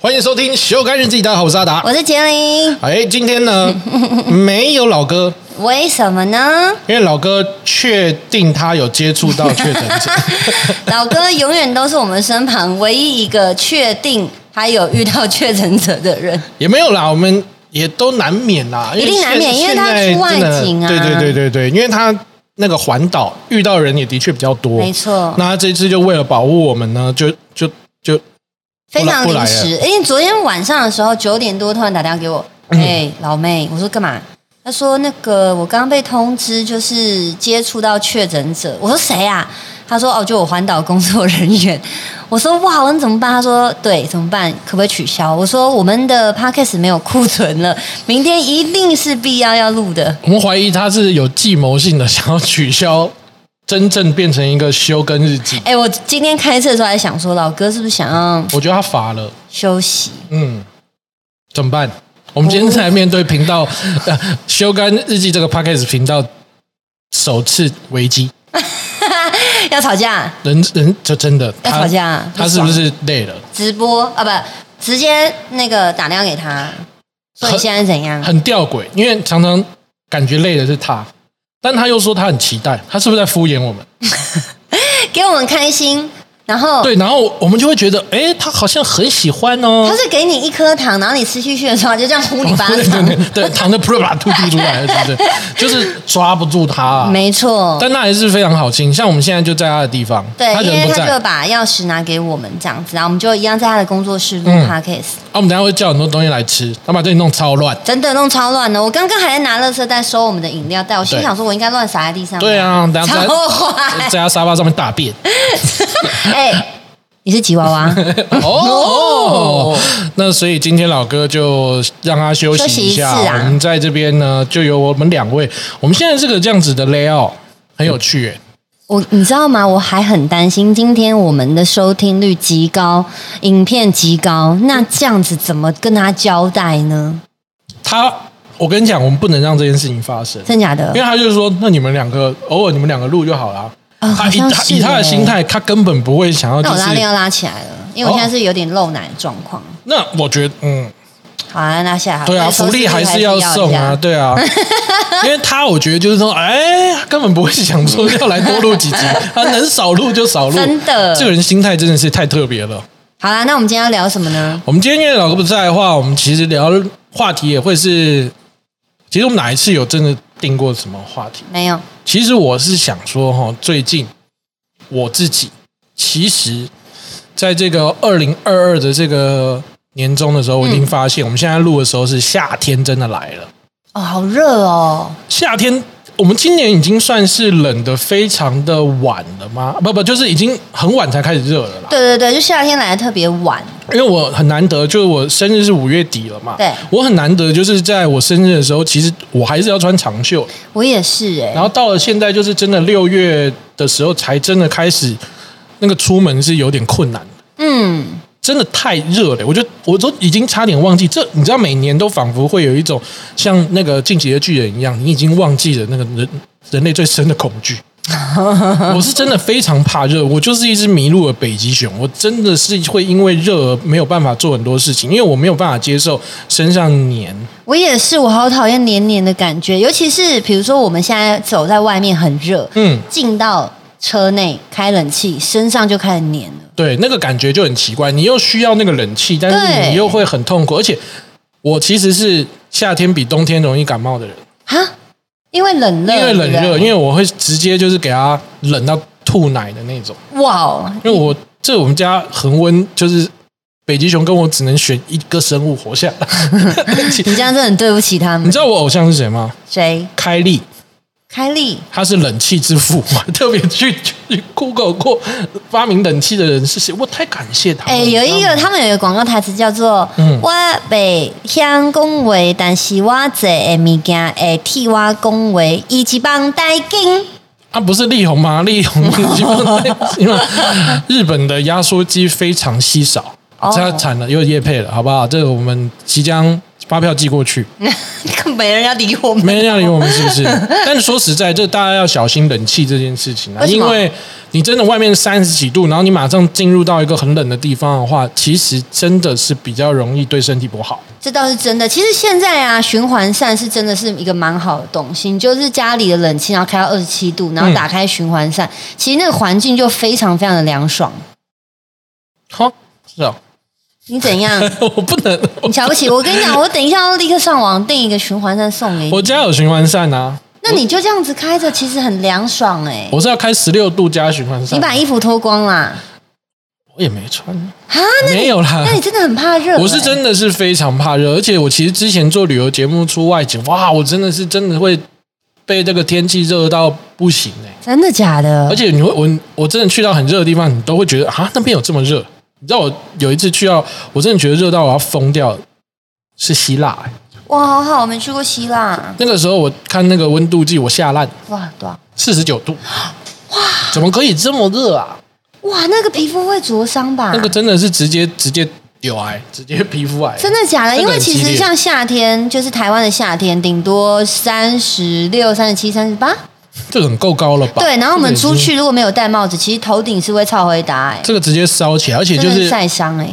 欢迎收听《修改日记》，大家好，我是阿达。我是杰林，哎，今天 呢没有老哥，为什么呢？因为老哥确定他有接触到确诊 者。老哥永远都是我们身旁唯一一个确定还有遇到确诊者的人。也没有啦，我们也都难免啦，一定现难免因为他现在出外真的景啊对对对对对，因为他那个环岛遇到人也的确比较多，没错那他这次就为了保护我们呢，就就就非常不来了临嗯时。因为昨天晚上的时候九点多突然打电话给我，哎、老妹，我说干嘛？他说那个我刚被通知就是接触到确诊者。我说谁啊？他说哦，就我环岛工作人员。 我说哇，那怎么办？他说对，怎么办？可不可以取消？我说我们的 podcast 没有库存了，明天一定是必要要录的。我们怀疑他是有计谋性的想要取消，真正变成一个休更日记。哎、我今天开车的时候还想说，老哥是不是想要我觉得他乏了，休息？嗯，怎么办？我们今天才面对频道《呃休更日记》这个 podcast 频道首次危机，要吵架？人人这真的要他吵架啊他是不是累了？直播啊？不，直接那个打电话给他，说你现在怎样？很吊诡，因为常常感觉累的是他，但他又说他很期待，他是不是在敷衍我们？哦给我们开心，然后对，然后我们就会觉得，哎，他好像很喜欢哦他。是给你一颗糖，然后你吃进去的时候就这样呼你巴 对掌。对对对，躺着 噗啦吐吐出来了，是 不是？就是抓不住他、啊，没错，但那还是非常好亲。像我们现在就在他的地方，对他，因人为不他在，就啊，把钥匙拿给我们这样子，然后我们就一样在他的工作室录嗯 podcast，、我们等一下会叫很多东西来吃，他把这里弄超乱。真的弄超乱的。我刚刚还在拿垃圾袋收我们的饮料袋，我心想说我应该乱撒在地上吧。对啊，等一下在超坏。在他沙发上面大 便。哎、你是吉 娃娃，哦，那所以今天老哥就让他休休息息一一下。次啊我们在这边呢，就由我们两位，我们现在这个这样子的 layout 很有趣耶。我你知道吗？我还很担心，今天我们的收听率极高，影片极高，那这样子怎么跟他交代呢？他，我跟你讲，我们不能让这件事情发生，真假因为的？他就是说，那你们两个偶尔你们两个录就好啦。哦他以好像他是以他的耶心态，他根本不会想要那就我拉是链要拉起来了，因为我现在是有点露奶的状况。那我觉得，嗯，好啊，拉下来。对啊，收福视利还是是要送一啊，下。对啊， 因为他我觉得就是说，哎，根本不会想说要来多录 几集，他能少录就少录，真的这个人心态真的是太特别了。好啦，那我们今天要聊什么呢？我们今天因为老哥不在的话，我们其实聊话题也会是，其实我们哪一次有真的定过什么话题？没有，其实我是想说哈，最近我自己其实在这个二零二二的这个年终的时候，我已经发现，我们现在录的时候是夏天真的来了。哦，好热哦。夏天，我们今年已经算是冷的非常的晚了吗？不不，就是已经很晚才开始热了啦。对对对，就夏天来的特别晚，因为我很难得，就是我生日是五月底了嘛，对我很难得，就是在我生日的时候，其实我还是要穿长袖，我也是哎、然后到了现在，就是真的六月的时候，才真的开始那个出门是有点困难，嗯，真的太热了。我就我都已经差点忘记这，你知道每年都仿佛会有一种像那个晋级的巨人一样，你已经忘记了那个人人类最深的恐惧。我是真的非常怕热，我就是一只迷路的北极熊，我真的是会因为热而没有办法做很多事情，因为我没有办法接受身上黏。我也是，我好讨厌黏黏的感觉，尤其是比如说我们现在走在外面很热，嗯进到车内开冷气，身上就开始黏了。对，那个感觉就很奇怪。你又需要那个冷气，但是对你又会很痛苦。而且我其实是夏天比冬天容易感冒的人，哈，因为冷热，因为冷热，因为为我会直接就是给它冷到吐奶的那种。哇哦，因为我这我们家恒温就是北极熊，跟我只能选一个生物活 下来。你这样真的很对不起他你们。知道我偶像是谁吗？谁？开利，开利？他是冷气之父，我还 特别去去去 Google 过发明冷气的人是谁，我太感谢他了。哎，有你一知道个吗他们有一个广告台词叫做嗯“我北乡恭维，但是我这的物件会替我恭维，一起帮带金。啊，不是力宏吗？ 力宏因为 日本的压缩机非常稀少，哦它产了又业配了，好不好？这个我们即将发票寄过去， 根本人家理我们，没人要理我们是不 是？但是说实在，这大家要小心冷气这件事情啊，为什因么为你真的外面三十几度，然后你马上进入到一个很冷的地方的话，其实真的是比较容易对身体不好。这倒是真的。其实现在啊，循环扇是真的是一个蛮好的东西，你就是家里的冷气，然后开到二十七度，然后嗯打开循环扇，其实那个环境就非常非常的凉爽。好、是哦，你怎样？ 我不能，你瞧不起我？跟你讲，我等一下要立刻上网订一个循环扇送给我你。家有循环扇啊，那你就这样子开着，其实很凉爽哎、我是要开十六度加循环扇，你把衣服脱光啦我也没穿，啊？ 没有啦那。你真的很怕热、我是欸真的是非常怕热，而且我其实之前做旅游节目出外景，哇，我真的是真的会被这个天气热到不行哎、真的假的？而且你会我我真的去到很热的地方，你都会觉得啊那边有这么热。你知道我有一次去到，我真的觉得热到我要疯掉，是希腊、欸。哇，好好，我没去过希腊。那个时候我看那个温度计，我吓烂，哇，多少？四十九度，哇，怎么可以这么热啊？哇，那个皮肤会灼伤吧？那个真的是直接直接有癌，直接皮肤癌，真的假的？真因的很为其激实烈像夏天，就是台湾的夏天，顶多三十六、三十七、三十八。这个很够高了吧？对，然后我们这个出已经去如果没有戴帽子，其实头顶是会超回答、欸，这个直接烧起来，而且真就的是是晒伤哎。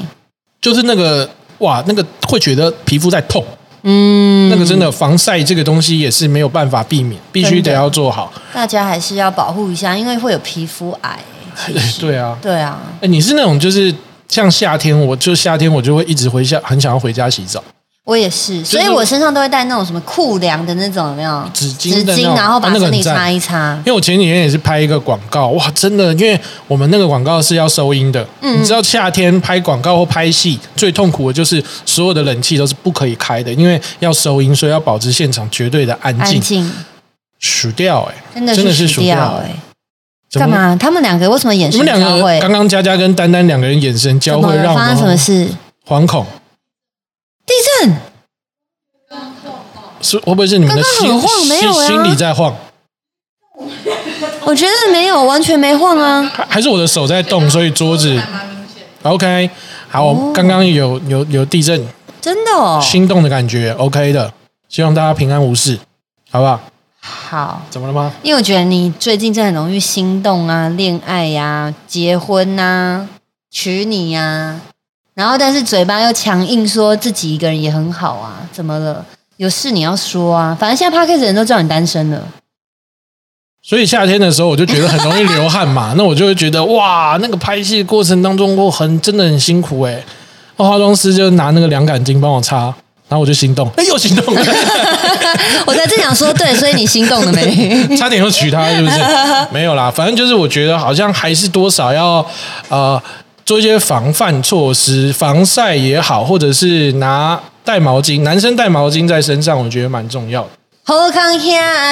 就是那个哇，那个会觉得皮肤在痛，嗯，那个真的防晒这个东西也是没有办法避免，必须得要做好。 大家还是要保护一下，因为会有皮肤癌、欸。其实对啊，对啊，哎，你是那种就是像夏天，我就夏天我就会一直回家，很想要回家洗澡，我也是，是所以我身上都会带那种什么酷凉的那种，有没有？纸巾纸的那巾，种然后把啊那个身体很赞擦一擦因。为我前几天也是拍一个广告，哇，真的，因为我们那个广告是要收音的，嗯你知道夏天拍广告或拍戏最痛苦的就是所有的冷气都是不可以开的，因为要收音，所以要保持现场绝对的安安静。静，数掉哎、真的真的是是死死掉掉哎、欸欸！怎干么嘛？他们两个为什么眼你神们两交个汇？刚刚佳佳跟丹丹两个人眼神交怎么汇，了？让发生什么我事？惶恐，地震！是会不会是你们的刚心刚很晃没有心啊心里在晃，我觉得没有，完全没晃啊。还还是我的手在动，所以桌子？OK，好，我刚刚有有有地震，真的哦。心动的感觉，OK 的，希望大家平安无事，好不好？好，怎么了吗？因为我觉得你最近真的很容易心动啊，恋爱呀、结婚呐、娶你呀、然后但是嘴巴又强硬说自己一个人也很好啊，怎么了？有事你要说啊，反正现在 p a r k e 人都知道你单身 了。所以夏天的时候，我就觉得很容易流汗嘛，那我就会觉得哇，那个拍戏的过程当中，我很真的很辛苦哎、那化妆师就拿那个凉感巾帮我擦，然后我就心动，哎、又心动 了。我才正想说，对，所以你心动了 没？差点又娶她，是不 是？没有啦，反正就是我觉得好像还是多少要呃做一些防范措施，防晒也好，或者是拿带毛巾，男生带毛巾在身上，我觉得蛮重要的。好康兄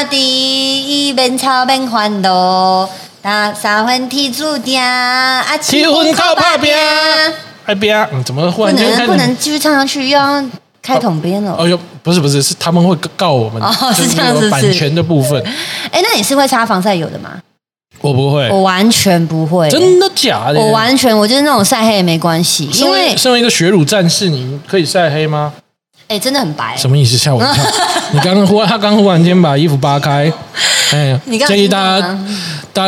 弟，一边吵边烦恼，打三分天注定，啊七分靠打拼哎呀，嗯，怎么忽不然间开能始不能继续唱下去，又要开统编了。哎呦，不是不是，是他们会告我们，哦就是这样子有版是权的部分，哎、那你是会擦防晒油的吗？我不会，我完全不会，哎真的假的？我完全我就是那种晒黑也没关系，身因为为身为一个血乳战士，你可以晒黑吗？哎、真的很白。什么意思？吓我一跳！ 你刚刚忽然，他刚忽然间把衣服扒开，哎，你刚刚建议大听到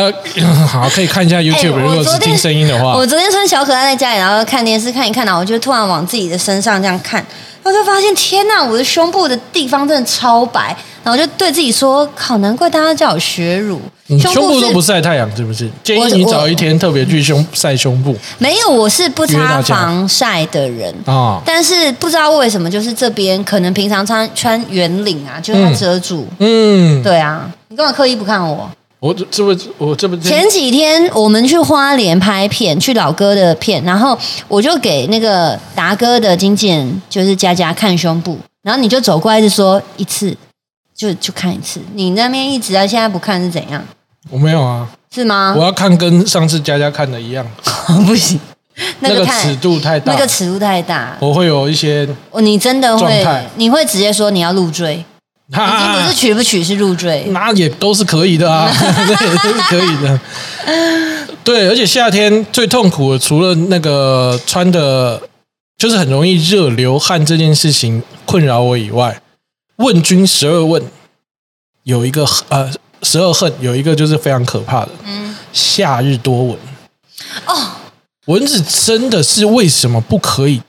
家，大家 好可以看一下 YouTube，、哎我如果昨是天听声音的话我，昨天穿小可爱在家里，然后看电视看一看，然后我就突然往自己的身上这样看，然后就发现天呐，我的胸部的地方真的超白，然后就对自己说，靠，难怪大家叫我血乳，你胸部部都是不晒太阳，是不是？建我议你找一天特别去胸晒胸部没有，我是不约擦大家防晒的人。啊。但是不知道为什么，就是这边可能平常穿穿圆领啊，就是它嗯遮住。嗯，对啊，你干嘛刻意不看我？我这这不我这不前几天我们去花莲拍片，去老哥的片，然后我就给那个达哥的经纪人就是佳佳看胸部，然后你就走过来就说一次，就就看一次，你那边一直啊，现在不看是怎样？我没有啊，是吗我？要 看跟上次佳佳看的一样，不行，那那个个太尺度太大那，个尺度太大，我会有一些，我你真的状会态，啊你会直接说你要入赘，哈已经哈不是哈，娶不娶是入赘，那也都是可以的 啊，那也都是可以的。对，而且夏天最痛苦的，除了那个穿的，就是很容易热流汗这件事情困扰我以外，问君十二问有一个呃十二恨有一个就是非常可怕的，嗯，夏日多蚊。哦，蚊子真的是为什么不可以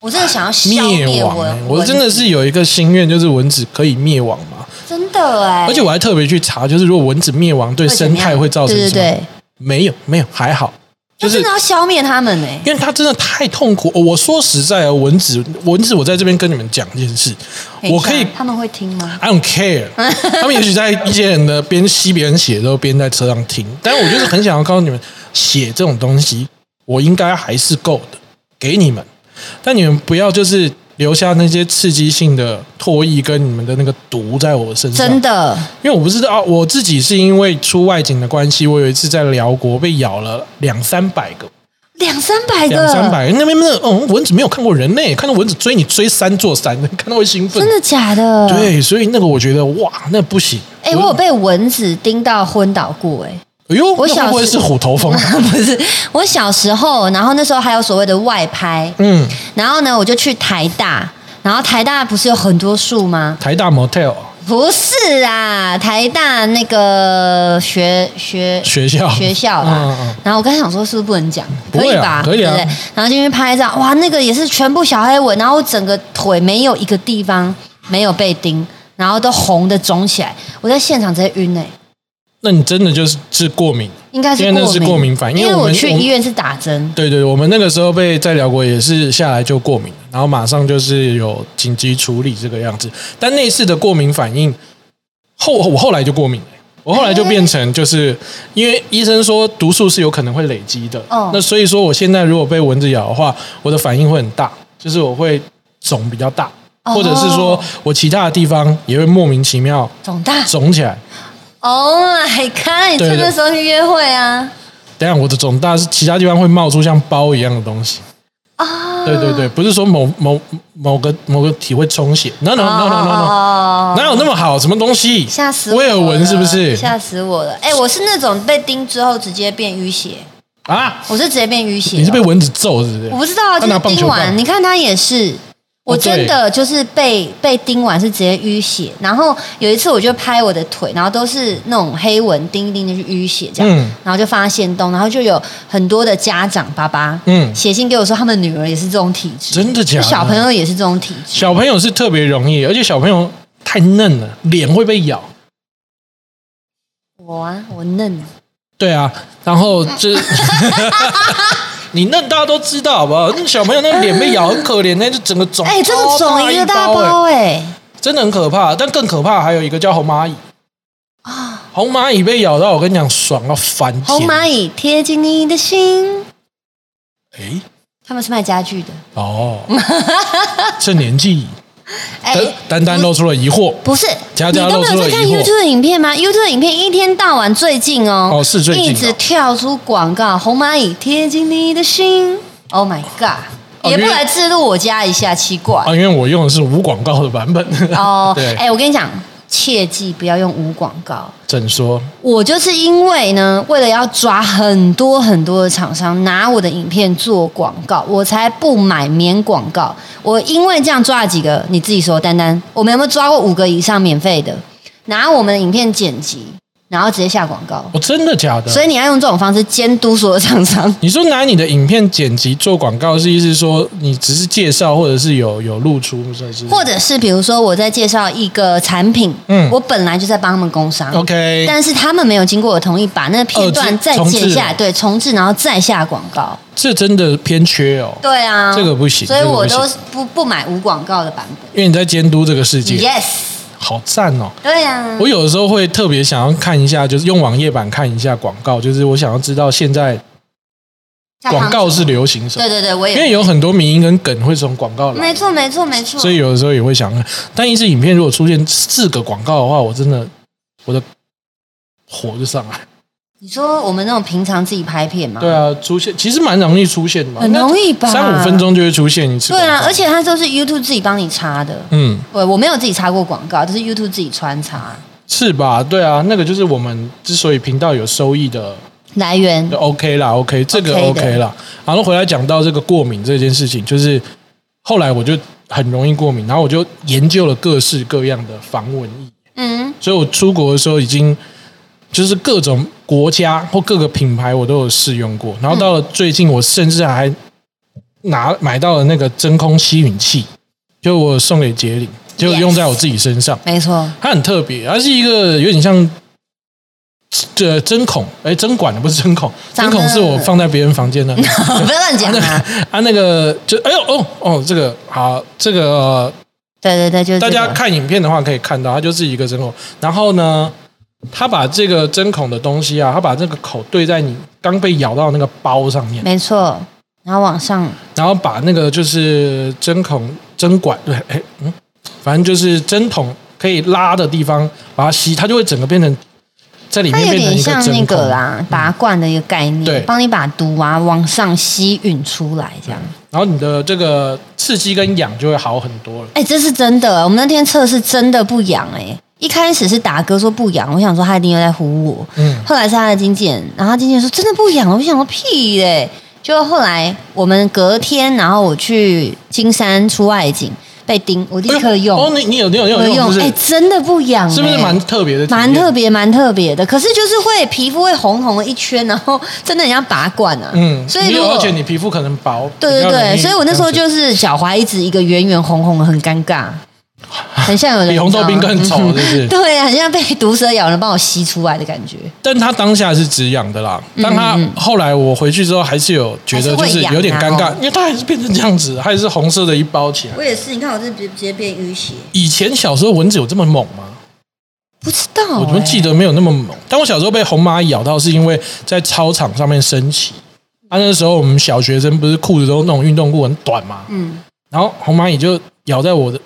我真的想要消灭灭亡、蚊欸，蚊我子真的是有一个心愿，就是蚊子可以灭亡嘛。真的哎，而且我还特别去查，就是如果蚊子灭亡对会怎生么样态会造成什对么？对对，没有，没有，还好，就就是真的要消灭它们哎，因为它真的太痛苦。哦我说实在啊，蚊子，蚊子，我在这边跟你们讲一件事，等一我下可以他们会听吗？ I don't care 。他们也许在一些人的边吸别人血的时候，边在车上听。但是我就是很想要告诉你们，血这种东西，我应该还是够的，给你们。但你们不要就是留下那些刺激性的唾液跟你们的那个毒在我身上。真的，因为我不知道，我自己是因为出外景的关系，我有一次在辽国被咬了两三百个，两三百个，两三百那边那个嗯，蚊子没有看过人类，看到蚊子追你追三座山，看到会兴奋真。的假的？，对，所以那个我觉得哇，那不行。哎，我有被蚊子叮到昏倒过哎。哎呦，我那会小不会时是虎头蜂啊？ 不是，我小时候，然后那时候还有所谓的外拍，嗯，然后呢，我就去台大，然后台大不是有很多树吗？台大 motel 不是啊，台大那个学学学校学校啦。嗯嗯然后我刚才想说是不是不能讲，不可会以啊吧？可以啊对不对？然后进去拍照，哇，那个也是全部小黑蚊，然后我整个腿没有一个地方没有被叮，然后都红的肿起来，我在现场直接晕哎、那你真的就是是过敏。应该是因为那是过敏反应因因为为我我们去我们医院是打针，对对，我们那个时候被在辽国也是下来就过敏，然后马上就是有紧急处理这个样子。但那次的过敏反应后，我后来就过敏了。我后来就变成就是因为医生说毒素是有可能会累积的，哦那所以说我现在如果被蚊子咬的话，我的反应会很大，就是我会肿比较大，哦或者是说我其他的地方也会莫名其妙肿大。肿起来。 Oh my god！你对对趁这时候去约会啊？等一下我的肿大是其他地方会冒出像包一样的东西。啊，对对对，不是说某某某个某个体会充血，no no 哦 no no no no，哦哪有那么好？什么东西？吓死我威了尔文是不是？吓死我了！哎，我是那种被叮之后直接变淤血，啊，我是直接变淤血。你是被蚊子揍是不是？我不知道啊，他就拿是棒球叮完，棒哦你看他也是。我真的就是被被叮完是直接淤血，然后有一次我就拍我的腿，然后都是那种黑纹叮一叮就是淤血这样，嗯然后就发现洞，然后就有很多的家长爸爸，嗯写信给我说他们女儿也是这种体质，真的假的就小朋友也是这种体质，小朋友是特别容易，而且小朋友太嫩了，脸会被咬。我啊，我嫩啊，对啊，然后这 你嫩大家都知道好不好？那小朋友那脸被咬很可怜，那就整个肿，哎、真的哦超肿了一个大包哎哎、真的很可怕。但更可怕还有一个叫红蚂蚁啊，红蚂蚁被咬到，我跟你讲，爽到翻天。红蚂蚁贴近你的心，哎。他们是卖家具的， 哦，这年纪，哎、丹丹丹露出了疑惑。不是，家家你都露没出有了在看疑惑 YouTube 影片吗？YouTube 影片一天到晚最近哦，哦是最近哦一直跳出广告，红蚂蚁贴近你的心，Oh my god，、哦也因不为来自录我家一下，奇怪啊，因为我用的是无广告的版本。哦， 对，哎、我跟你讲，切记不要用无广告。怎说？我就是因为呢，为了要抓很多很多的厂商拿我的影片做广告，我才不买免广告。我因为这样抓了几个，你自己说，丹丹，我们有没有抓过五个以上免费的？拿我们的影片剪辑，然后直接下广告。我、哦真的假的？所以你要用这种方式监督所有厂商。你说拿你的影片剪辑做广告，是意思说你只是介绍，或者是有有露出，算是或者是比如说我在介绍一个产品，嗯我本来就在帮他们工商 OK 但是他们没有经过我同意，把那片段再二次剪下重来，置对，重置然后再下广告，这真的偏缺哦，对啊，这个不行所以这个不我行都不不买无广告的版本。因为你在监督这个世界， Yes，好赞哦。对啊，我有的时候会特别想要看一下，就是用网页版看一下广告，就是我想要知道现在下广告是场景流行什么对，对对，我因为也有很多名音跟梗会从广告来。没错没错没错，所以有的时候也会想，但一支影片如果出现四个广告的话，我真的我的火就上来。你说我们那种平常自己拍片嘛，对啊，出现其实蛮容易出现嘛，嗯很容易吧三五分钟就会出现一次对广告。啊，而且它都是 YouTube 自己帮你插的，嗯，我我没有自己插过广告，都是 YouTube 自己穿插是吧？对啊，那个就是我们之所以频道有收益的来源就 OK 啦，OK 这个 OK 的 OK 啦。然后回来讲到这个过敏这件事情，就是后来我就很容易过敏，然后我就研究了各式各样的防蚊液，嗯，所以我出国的时候已经就是各种国家或各个品牌我都有试用过，然后到了嗯最近，我甚至还拿买到了那个真空吸吮器，就我送给杰林，就 Yes 用在我自己身上。没错， 它很特别，它是一个有点像这针孔，哎，针管的不是针孔，针长得孔是我放在别人房间的。 不要乱讲啊！ 啊，那个就哎呦哦哦，这个好，这个、呃对对对，就是大这家个看影片的话可以看到，它就是一个针孔。然后呢，它把这个针孔的东西啊，它把这个口对在你刚被咬到的那个包上面，没错，然后往上然后把那个就是针孔针管对，哎嗯，反正就是针筒可以拉的地方把它吸，它就会整个变成在里它面有变成点一个像针孔嗯那个啦，拔罐的一个概对念，帮你把毒啊往上吸吮出来，这样。然后你的这个刺激跟痒就会好很多了。哎、这是真的，我们那天测是真的不痒哎、一开始是达哥说不痒，我想说他一定又在唬我。嗯，后来是他的经纪人，然后他经纪人说真的不痒了，我就想说屁嘞、就后来我们隔天，然后我去金山出外景被叮，我立刻用，哦，你你有你有你我有用，是不哎、是？真的不痒、欸，是不是蛮特别的体验？蛮特别，蛮特别的。可是就是会皮肤会红红的一圈，然后真的很像拔罐啊。嗯，所以你如有果而且你皮肤可能薄，对比较对容对，易所以我那时候这样就是脚踝一直一个圆圆红红的，很尴尬，很像子有人比红豆冰更丑，是嗯不是？对，很像被毒蛇咬了，帮我吸出来的感觉。但他当下是止痒的啦，但他后来我回去之后还是有觉得就是有点尴嗯还是会痒尬啊，因为他还是变成这样子，还是红色的一包起来。我也是，你看我这直接变淤血，以前小时候蚊子有这么猛吗？不知道、我怎么记得？得没有那么猛？但我小时候被红蚂蚁咬到，是因为在操场上面升旗。啊，那时候我们小学生不是裤子都那种运动裤很短嘛，嗯，然后红蚂蚁就咬在我的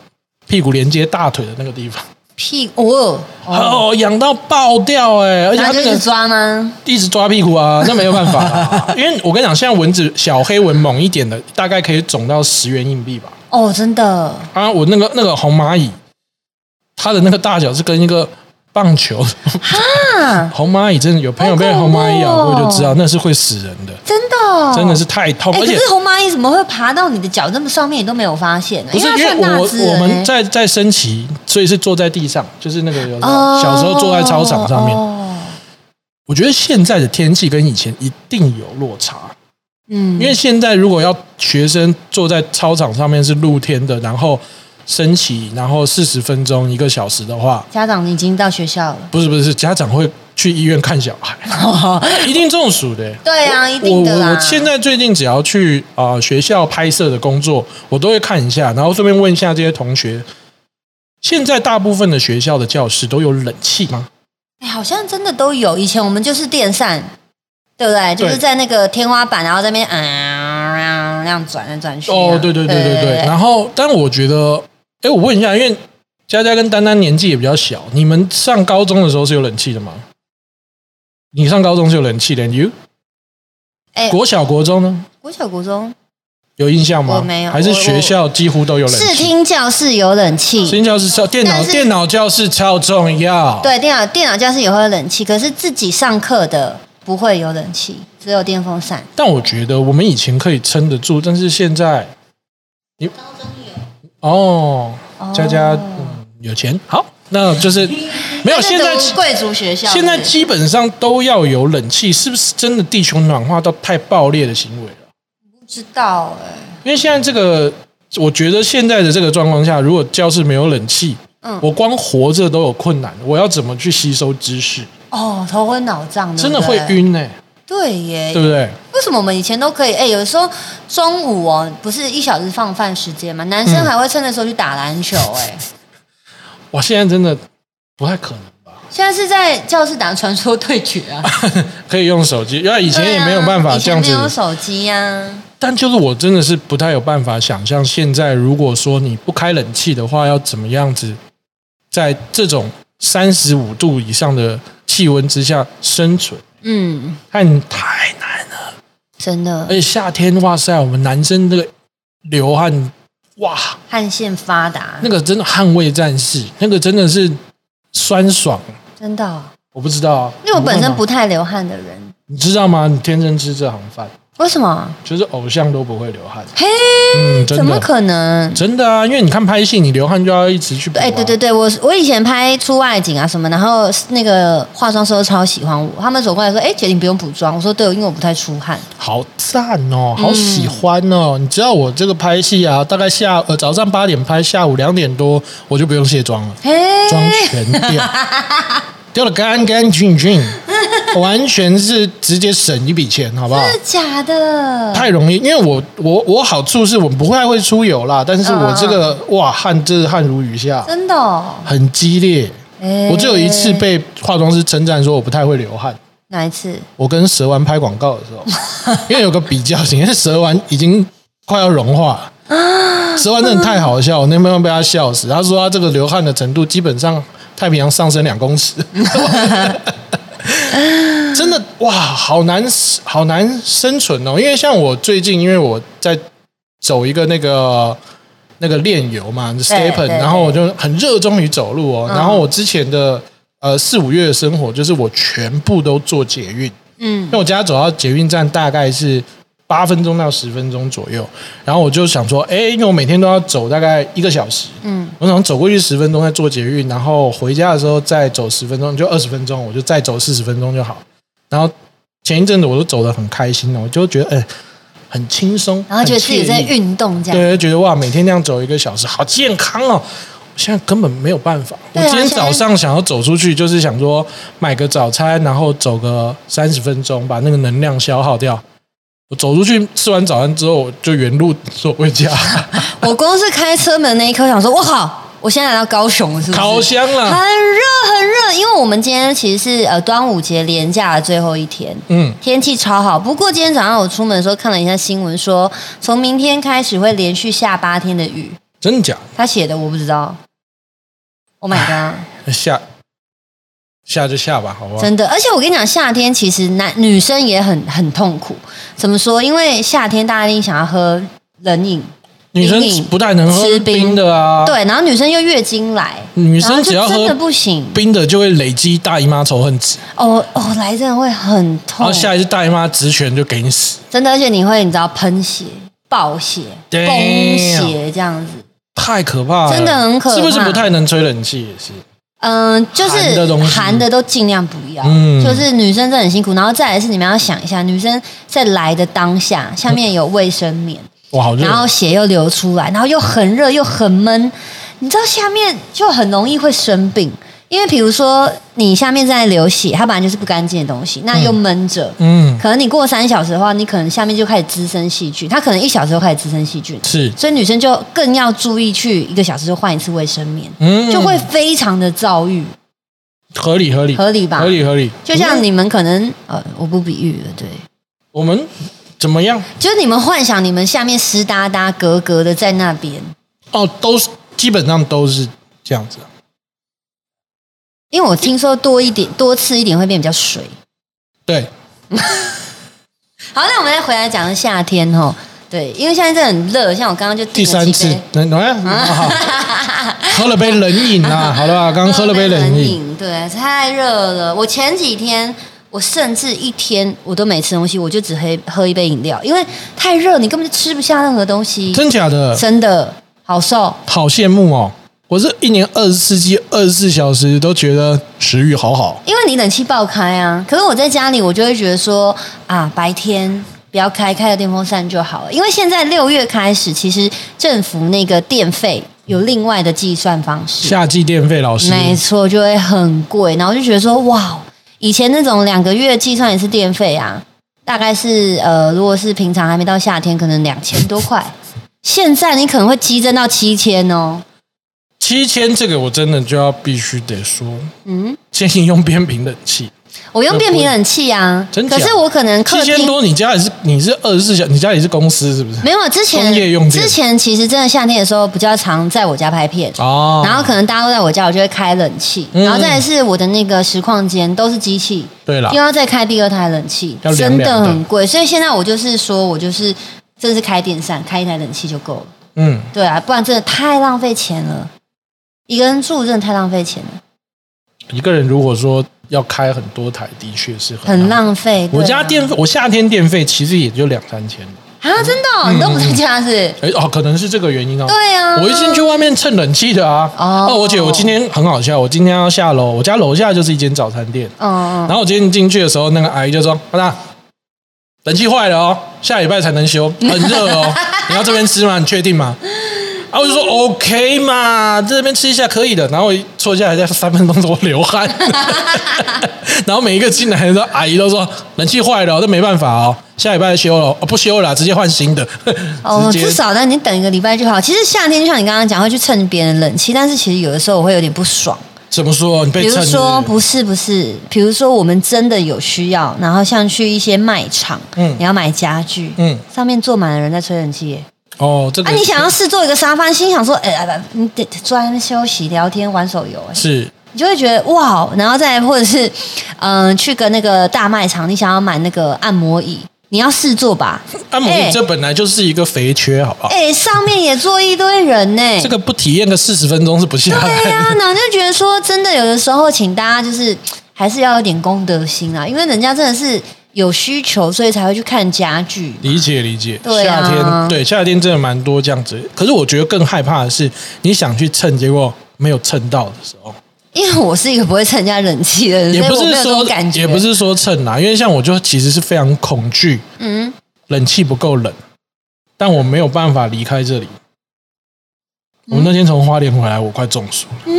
屁股连接大腿的那个地方，屁股哦，哦 哦，痒到爆掉哎、而且它然后就那一直个抓吗？一直抓屁股啊， 那没有办法、啊，因为我跟你讲，现在蚊子小黑蚊猛一点的，大概可以肿到十元硬币吧。哦，真的，啊，我那个那个红蚂蚁，它的那个大小是跟一个棒球啊， 红蚂蚁真的有朋友被红蚂蚁咬过就知道，那是会死人的，真的哦，真的是太痛，哎、而可且是红蚂蚁怎么会爬到你的脚那么上面？你都没有发现呢、不是因因为它为算大我只欸我了们呢在在升旗，所以是坐在地上，就是那个有哦小时候坐在操场上面。哦我觉得现在的天气跟以前一定有落差，嗯，因为现在如果要学生坐在操场上面是露天的，然后升旗，然后四十分钟一个小时的话，家长已经到学校了。不是不是，家长会去医院看小 孩，一定中暑的、对啊，一我定的我啦。我现在最近只要去啊、呃学校拍摄的工作，我都会看一下，然后顺便问一下这些同学，现在大部分的学校的教室都有冷气吗？哎好像真的都有。以前我们就是电扇，对不对？就是在那个天花板，然后在那边啊嗯，那样转来转去啊。哦，对对对对对。然后，但我觉得，哎，我问一下，因为佳佳跟丹丹年纪也比较小，你们上高中的时候是有冷气的吗？你上高中是有冷气的，you？哎国小国中呢？国小国中有印象吗？我没有还是我学校几乎都有冷视气？听教室有冷视气，听教室超电脑但是电脑教室超重要。对，电脑电脑教室也会有冷气，可是自己上课的不会有冷气，只有电风扇。但我觉得我们以前可以撑得住，但是现在你高中有哦，哦佳佳、嗯、有钱好，那就是没有那就现在读贵族学校，现在对不对基本上都要有冷气，是不是真的地球暖化到太爆裂的行为了？不知道哎、因为现在这个，我觉得现在的这个状况下，如果教室没有冷气，嗯我光活着都有困难，我要怎么去吸收知识？哦，头昏脑胀，对真不的对会。晕呢、欸哎对耶，对不对？为什么我们以前都可以？哎、有时候中午哦，不是一小时放饭时间嘛，男嗯生还会趁那时候去打篮球、哎、哇，现在真的不太可能吧？现在是在教室打传说对决啊，可以用手机，因 为以以前也没有办法这样嗯以前没有子。手机呀、啊。但就是我真的是不太有办法想象，现在如果说你不开冷气的话，要怎么样子在这种三十五度以上的气温之下生存，嗯，太太难了。真而的，且夏天，哇塞，我们男生那个流汗，哇，汗腺发达，那个真的捍卫战士，那个真的是酸爽，真的哦、我不知道啊，因为我本你身问吗不太流汗的人你知道吗？你天生吃这行饭，为什么？就是偶像都不会流汗。嘿，嗯，真怎么的，可能？真的啊，因为你看拍戏，你流汗就要一直去补、啊。哎，对对对，我我以前拍出外景啊什么，然后那个化妆师都超喜欢我，他们走过来说：“哎，姐，你不用补妆。”我说：“对，因为我不太出汗。好赞哦，嗯好喜欢哦！你知道我这个拍戏啊，大概下呃早上八点拍，下午两点多我就不用卸妆了”，嘿，妆全 掉，掉的干干净净，完全是直接省一笔钱，好不好真？的假的？太容易，因为我我我好处是我不太会出油啦，但是我这个哇汗这汗如雨下，真的哦？很激烈。哎我只有一次被化妆师称赞说我不太会流汗，哪一次？我跟蛇丸拍广告的时 候，因为有个比较型，因为蛇丸已经快要融化了。蛇丸真的太好笑，我那天被他笑死。他说啊他这个流汗的程度基本上太平洋上升两公 尺，真的哇，好难好难生存哦。因为像我最近，因为我在走一个那个那个炼油嘛，stepen，对对然后我就很热衷于走路哦。嗯然后我之前的呃四五月的生活，就是我全部都做捷运。嗯因为我家走到捷运站大概是八分钟到十分钟左右，然后我就想说，哎，因为我每天都要走大概一个小时，嗯，我想走过去十分钟再坐捷运，然后回家的时候再走十分钟，就二十分钟，我就再走四十分钟就好。然后前一阵子我都走得很开心哦，我就觉得哎很轻松，然后觉得自己在很惬意，运动这样。对，就觉得哇每天这样走一个小时好健康哦。我现在根本没有办法。我对啊今天现在早上想要走出去，就是想说买个早餐，然后走个三十分钟，把那个能量消耗掉。我走出去吃完早餐之后，我就原路走回 家，我光是开车门那一刻，想说：“我靠，我现在来到高雄了，是不是？”烤箱很啦。热很热，因为我们今天其实是呃端午节连假的最后一天，嗯，天气超好。不过今天早上我出门的时候看了一下新闻说，从明天开始会连续下八天的雨。真的假的？他写的我不知道。Oh my god！下下就下吧，好不好？真的，而且我跟你讲，夏天其实男女生也很很痛苦。怎么说？因为夏天大家一定想要喝冷饮，女生冰饮不太能喝吃冰冰的啊，，对，然后女生又月经来，女然后生就只要真的喝不行。冰的就会累积大姨妈仇恨值，哦哦，来真的会很然后痛，下一次大姨妈直拳就给你死，真的，而且你会你知道喷血、爆血、 Damn 崩血这样子。太可怕了，真的很可怕是不是不太能吹冷气也是？嗯，就是寒的东西寒的都尽量不要，嗯就是女生真的很辛苦。然后再来是你们要想一下，女生在来的当下，下面有卫生棉，哇，好热然，后血又流出来，然后又很热又很闷，你知道下面就很容易会生病。因为比如说你下面在流血，它本来就是不干净的东西，那又闷着，嗯，可能你过三小时的话，你可能下面就开始滋生细菌，它可能一小时就开始滋生细菌，是，所以女生就更要注意去一个小时就换一次卫生棉，嗯，就会非常的躁郁，合理合理合理吧嗯合？理合理，就像你们可能呃，我不比喻了，对，我们怎么样？就是你们幻想你们下面湿哒哒、格格的在那边，哦，都是基本上都是这样子，因为我听说多一点、多吃一点会变比较水。对，好，那我们再回来讲夏天哦，对，因为现在真的很热，像我刚刚就第订了三几次杯，能来，好好 喝了杯冷饮啊，好了吧，刚喝了杯冷饮。饮，对，太热了。我前几天，我甚至一天我都没吃东西，我就只喝喝一杯饮料，因为太热，你根本就吃不下任何东西，真假的，真的好瘦。好羡慕哦！我是一年二十四季、二十四小时都觉得食欲好好。因为你冷气爆开啊，可是我在家里，我就会觉得说啊，白天不要开，开了电风扇就好了。因为现在六月开始，其实政府那个电费有另外的计算方式，夏季电费老师，没错，就会很贵。然后就觉得说，哇，以前那种两个月计算也是电费啊，大概是呃，如果是平常还没到夏天，可能两千多块。现在你可能会激增到七千哦，七千这个我真的就要必须得说，嗯，建议用变频冷气。我用变频冷气啊，真假可是我可能客七千厅多，你家里是你是二十四小，你家里是公司是不是？没有，之前工业用电之前其实真的夏天的时候比较常在我家拍片，哦，然后可能大家都在我家，我就会开冷气，嗯然后再来是我的那个实况间都是机器，对啦又，要再开第二台冷气，要凉真凉的的很贵，所以现在我就是说我就是真的是开电扇，开一台冷气就够了，嗯，对啊，不然真的太浪费钱了，一个人住真的太浪费钱了，一个人如果说要开很多台，的确是很很浪费。浪费。对我啊家电费，我夏天电费其实也就两三千，啊，真的哦、你都不在家是？哎哦，可能是这个原因哦。对啊我一进去外面蹭冷气的啊。哦哦，而且我今天很好笑，我今天要下楼，我家楼下就是一间早餐店。嗯，然后我今天进去的时候，那个阿姨就说：“阿大，冷气坏了哦，下礼拜才能 修，很热哦，你要这边吃吗？你确定吗？”啊，我就说 OK 嘛，这边吃一下可以的。然后我一坐下来，在三分钟之后流汗， 然后每一个进来的阿姨都说冷气坏了哦，这没办法哦，下礼拜修了哦，哦不修了啦，直接换新的。哦， 直接至少但你等一个礼拜就好。其实夏天就像你刚刚讲，会去蹭别人冷气，但是其实有的时候我会有点不爽。怎么说？你被比如蹭是说不是不是不是，比如说我们真的有需要，然后像去一些卖场，嗯你要买家具，嗯上面坐满了人在吹冷气耶。哦，这个啊，你想要试坐一个沙发，心想说，哎、哎不，你得坐在那边休息、聊天、玩手游，哎是你就会觉得哇，然后再或者是，嗯、去个那个大卖场，你想要买那个按摩椅，你要试坐吧？ 按摩哎啊椅，这本来就是一个肥缺，好不好？哎、上面也坐一堆人呢、这个不体验个四十分钟是不下来对啊的。呀、然后就觉得说，真的有的时候，请大家就是还是要有点公德心啊，因为人家真的是有需求，所以才会去看家具。理解理解，对啊夏天对夏天真的蛮多这样子。可是我觉得更害怕的是，你想去蹭，结果没有蹭到的时候，因为我是一个不会参加人气的人，也不所以我没是有这说种感觉，也不是说蹭啦，因为像我就其实是非常恐惧嗯，冷气不够冷，但我没有办法离开这里。嗯我们那天从花莲回来，我快中暑了，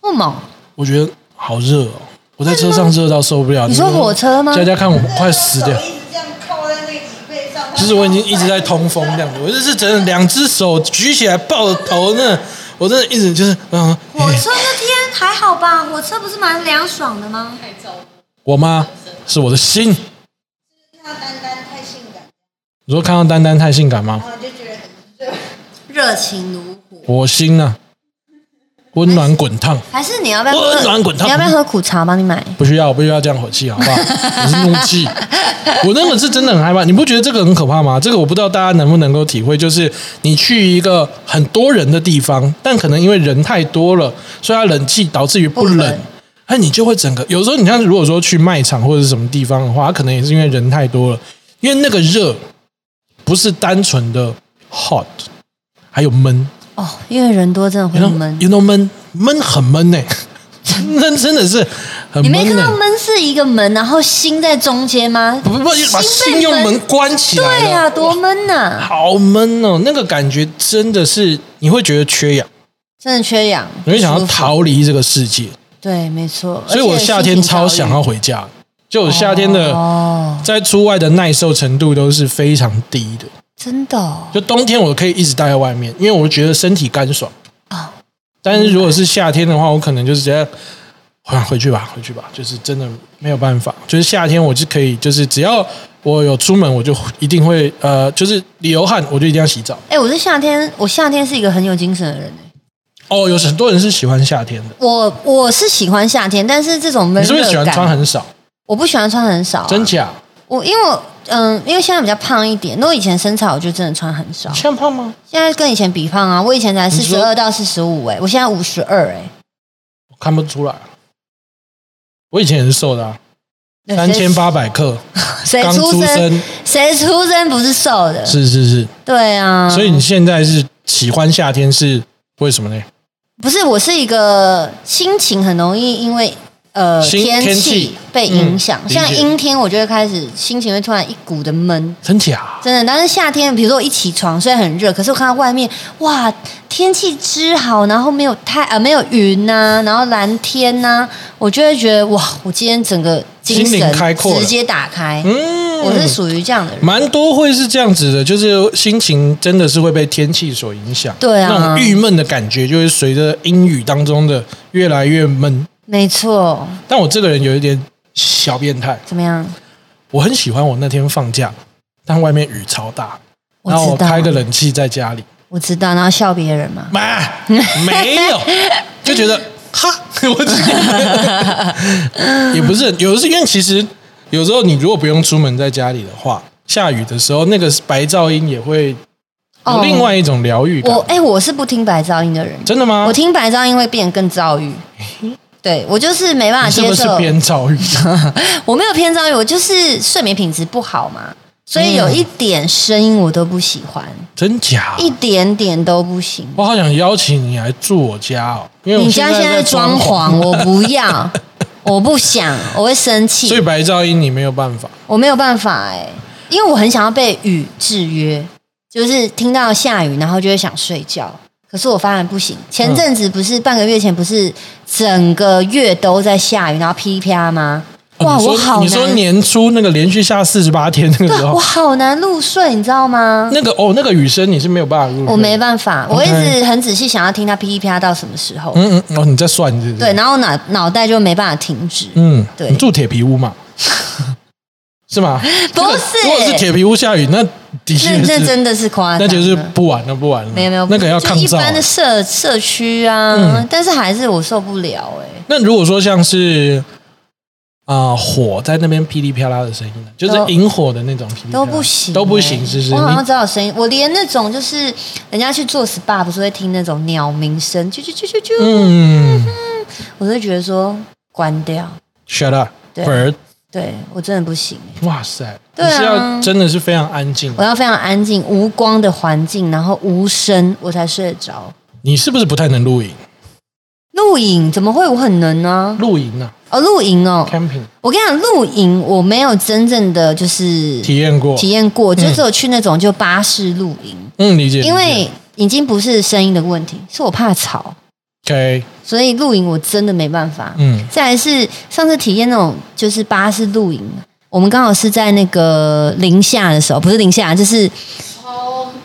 不猛。我觉得好热哦，我在车上热到受不了。你说们火车吗佳佳看我快死掉手。一直这样扣在那个椅背上，就是我已经一直在通风这样子，我就是真的两只手举起来抱着头呢，我真的一直就是嗯， 火嘿车那天还好吧？火车不是蛮凉爽的吗？我妈是我的心。他单单太性感，你说看到丹丹太性感吗？然后就觉得很热。热情如火。我心啊，温暖滚烫，还是你要不要喝温暖滚烫你要不要喝苦茶？帮你买。不需要不需要这样火气好不好？我是怒 气，我那个是真的很害怕。你不觉得这个很可怕吗？这个我不知道大家能不能够体会，就是你去一个很多人的地方，但可能因为人太多了，所以它冷气导致于不不冷冷。那你就会整个有时候，你像如果说去卖场或者是什么地方的话，它可能也是因为人太多了，因为那个热不是单纯的 hot，还有闷，哦，因为人多真的会有闷。有 o 闷闷很闷呢、 那真的是很你闷、欸。没看到闷是一个门，然后心在中间吗？不不，把心被信用门关起来了，对啊呀、多闷呐、好闷哦，那个感觉真的是你会觉得缺氧，真的缺氧，你会想不要舒服。逃离这个世界，对，没错。所以我夏天超想要回家，就我夏天而且心情的哦，在出外的耐受程度都是非常低的，真的哦、就冬天我可以一直待在外面，因为我觉得身体干爽哦但是如果是夏天的话，我可能就是直接回回去吧，回去吧，就是真的没有办法。就是夏天我就可以，就是只要我有出门，我就一定会呃，就是流汗，我就一定要洗澡。哎、我是夏天，我夏天是一个很有精神的人、欸。哦，有很多人是喜欢夏天的，我我是喜欢夏天，但是这种闷你是热不感，是喜欢穿很少？我不喜欢穿很少、啊。真假？我因为我嗯，因为现在比较胖一点，那我以前身材我就真的穿很少你，像胖吗？现在跟以前比胖啊，我以前才四你十说二到四十五，哎，我现在五十二，哎，我看不出来。啊我以前也是瘦的、啊，对三千八百克，谁刚谁出出生生，谁出生不是瘦的？是是是。对啊，所以你现在是喜欢夏天是为什么呢？不是我是一个心情很容易因为呃心天气气被影响，嗯理解像阴天我就会开始心情会突然一股的闷。真假？真的，但是夏天，比如说我一起床，虽然很热，可是我看到外面，哇，天气之好，然后没有太啊、没有云呐、然后蓝天呐、我就会觉得哇，我今天整个精心神灵开阔了直接打开。嗯，我是属于这样的人，蛮多会是这样子的，就是心情真的是会被天气所影响。对啊那种郁闷的感觉就会随着阴雨当中的越来越闷。没错。但我这个人有一点小变态，怎么样？我很喜欢我那天放假，但外面雨超大，我然后我知道开个冷气在家里，我知道，然后笑别人嘛。妈没 有，就觉得哈， 我只也不是，有的是因为其实有时候你如果不用出门，在家里的话，下雨的时候那个白噪音也会哦有另外一种疗愈感。我哎、我是不听白噪音的人，真的吗我？听白噪音会变得更躁郁。对我就是没办法你是接不是受，编造语？ 我没有偏躁欲，我就是睡眠品质不好嘛，所以有一点声音我都不喜欢，真假？一点点都不行。我好想邀请你来住我家哦，因为我你家现在在装潢，我不要， 我不想，我会生所以气，白噪音你没有办法。我没有办法哎、因为我很想要被雨制约，就是听到下雨，然后就会想睡觉。可是我发现不行，前阵子不是半个月前不是整个月都在下雨，然后噼里啪啦吗？哦哇，你说我好你说难，年初那个连续下四十八天那个时对，我候，好难入睡，你知道吗？那个哦，那个雨声你是没有办法入睡的。我没办法，嗯 OK 我一直很仔细想要听它噼里啪啦到什么时候，嗯嗯，哦，你在算是不是？对，，然后脑脑袋就没办法停止。嗯，对你住铁皮屋 嘛？是吗？不是如果是铁皮屋下雨，那的那确那是，真的是夸张那了，就是不玩了，不玩了。没有没有，那个要就抗一噪啊。般的社社区啊，嗯但是还是我受不了哎、那如果说像是啊、呃火在那边噼里啪啦的声音呢，就是都引火的那种噼里啪啦都不行、欸哎都不行，是不是？我好像你知道有声音，我连那种就是人家去做 SPA 不是会听那种鸟鸣声，啾啾啾啾啾，嗯我就觉得说关掉， ，shut up 对 bird，对我真的不行、欸哇塞，对啊你是要真的是非常安静我。要非常安静、无光的环境，然后无声，我才睡得着。你是不是不太能露营？露营怎么会我很能呢、露营啊哦，露营哦， ，camping 我跟你讲，露营我没有真正的就是体验过，体验过，就只有去那种就巴士露营，嗯，理解。因理解为已经不是声音的问题，是我怕吵， OK，所以露营我真的没办法。嗯，再来是上次体验那种就是巴士露营，我们刚好是在那个零下的时候，不是零下，就是超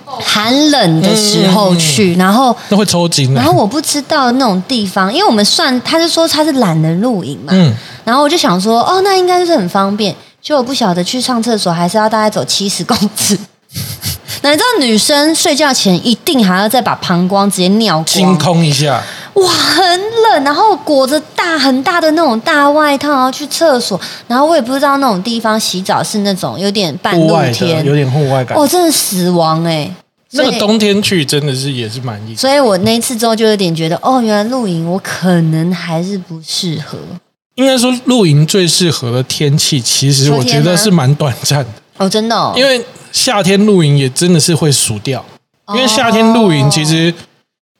厚，寒冷的时候嗯去，然后。那会抽筋啊的然。后我不知道那种地方，因为我们算他是说他是懒人露营嘛，嗯，然后我就想说，哦，那应该就是很方便。就我不晓得去上厕所还是要大概走七十公尺。 那你知道女生睡觉前一定还要再把膀胱直接尿清光，空一下，哇，很冷，然后裹着大很大的那种大外套，然后去厕所，然后我也不知道那种地方洗澡是那种有点半户露外的有天，点户外感哦，。真的死亡哎、欸！那所个以冬天去真的是也是蛮硬。所以我那一次之后就有点觉得，哦，原来露营我可能还是不适合。应该说露营最适合的天气，其实我觉得是蛮短暂的。哦，真的、哦，因为夏天露营也真的是会暑掉，因为夏天露营其实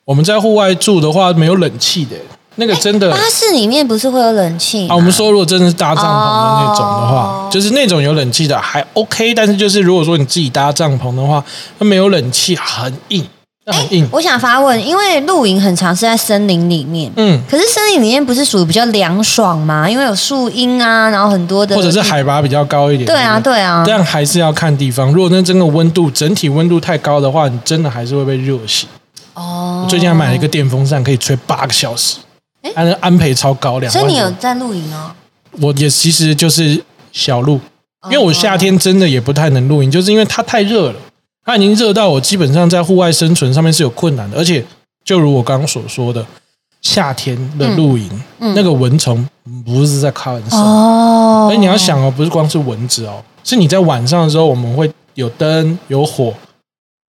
我们在户外住的话没有冷气的，那个真的巴士里面不是会有冷气啊，吗我们说如果真的是搭帐篷的那种的话哦，就是那种有冷气的还 OK，但是就是如果说你自己搭帐篷的话，它没有冷气很硬，那很硬，我想发问，因为露营很常是在森林里面，嗯，可是森林里面不是属于比较凉爽吗？因为有树荫啊，然后很多的，或者是海拔比较高一点，对啊，对啊，但还是要看地方。如果那真的温度整体温度太高的话，你真的还是会被热醒。哦最近还买了一个，电风扇，可以吹八个小时，安安培超高，两所以万你有多。在露营哦？我也其实就是小露，因为我夏哦，天真的也不太能露营，就是因为它太热了，它已经热到我基本上在户外生存上面是有困难的。而且，就如我刚刚所说的，夏天的露营，嗯那个蚊虫不是在开玩笑。哦所以你要，想哦，不是光是蚊子哦，是你在晚上的时候，我们会有灯有火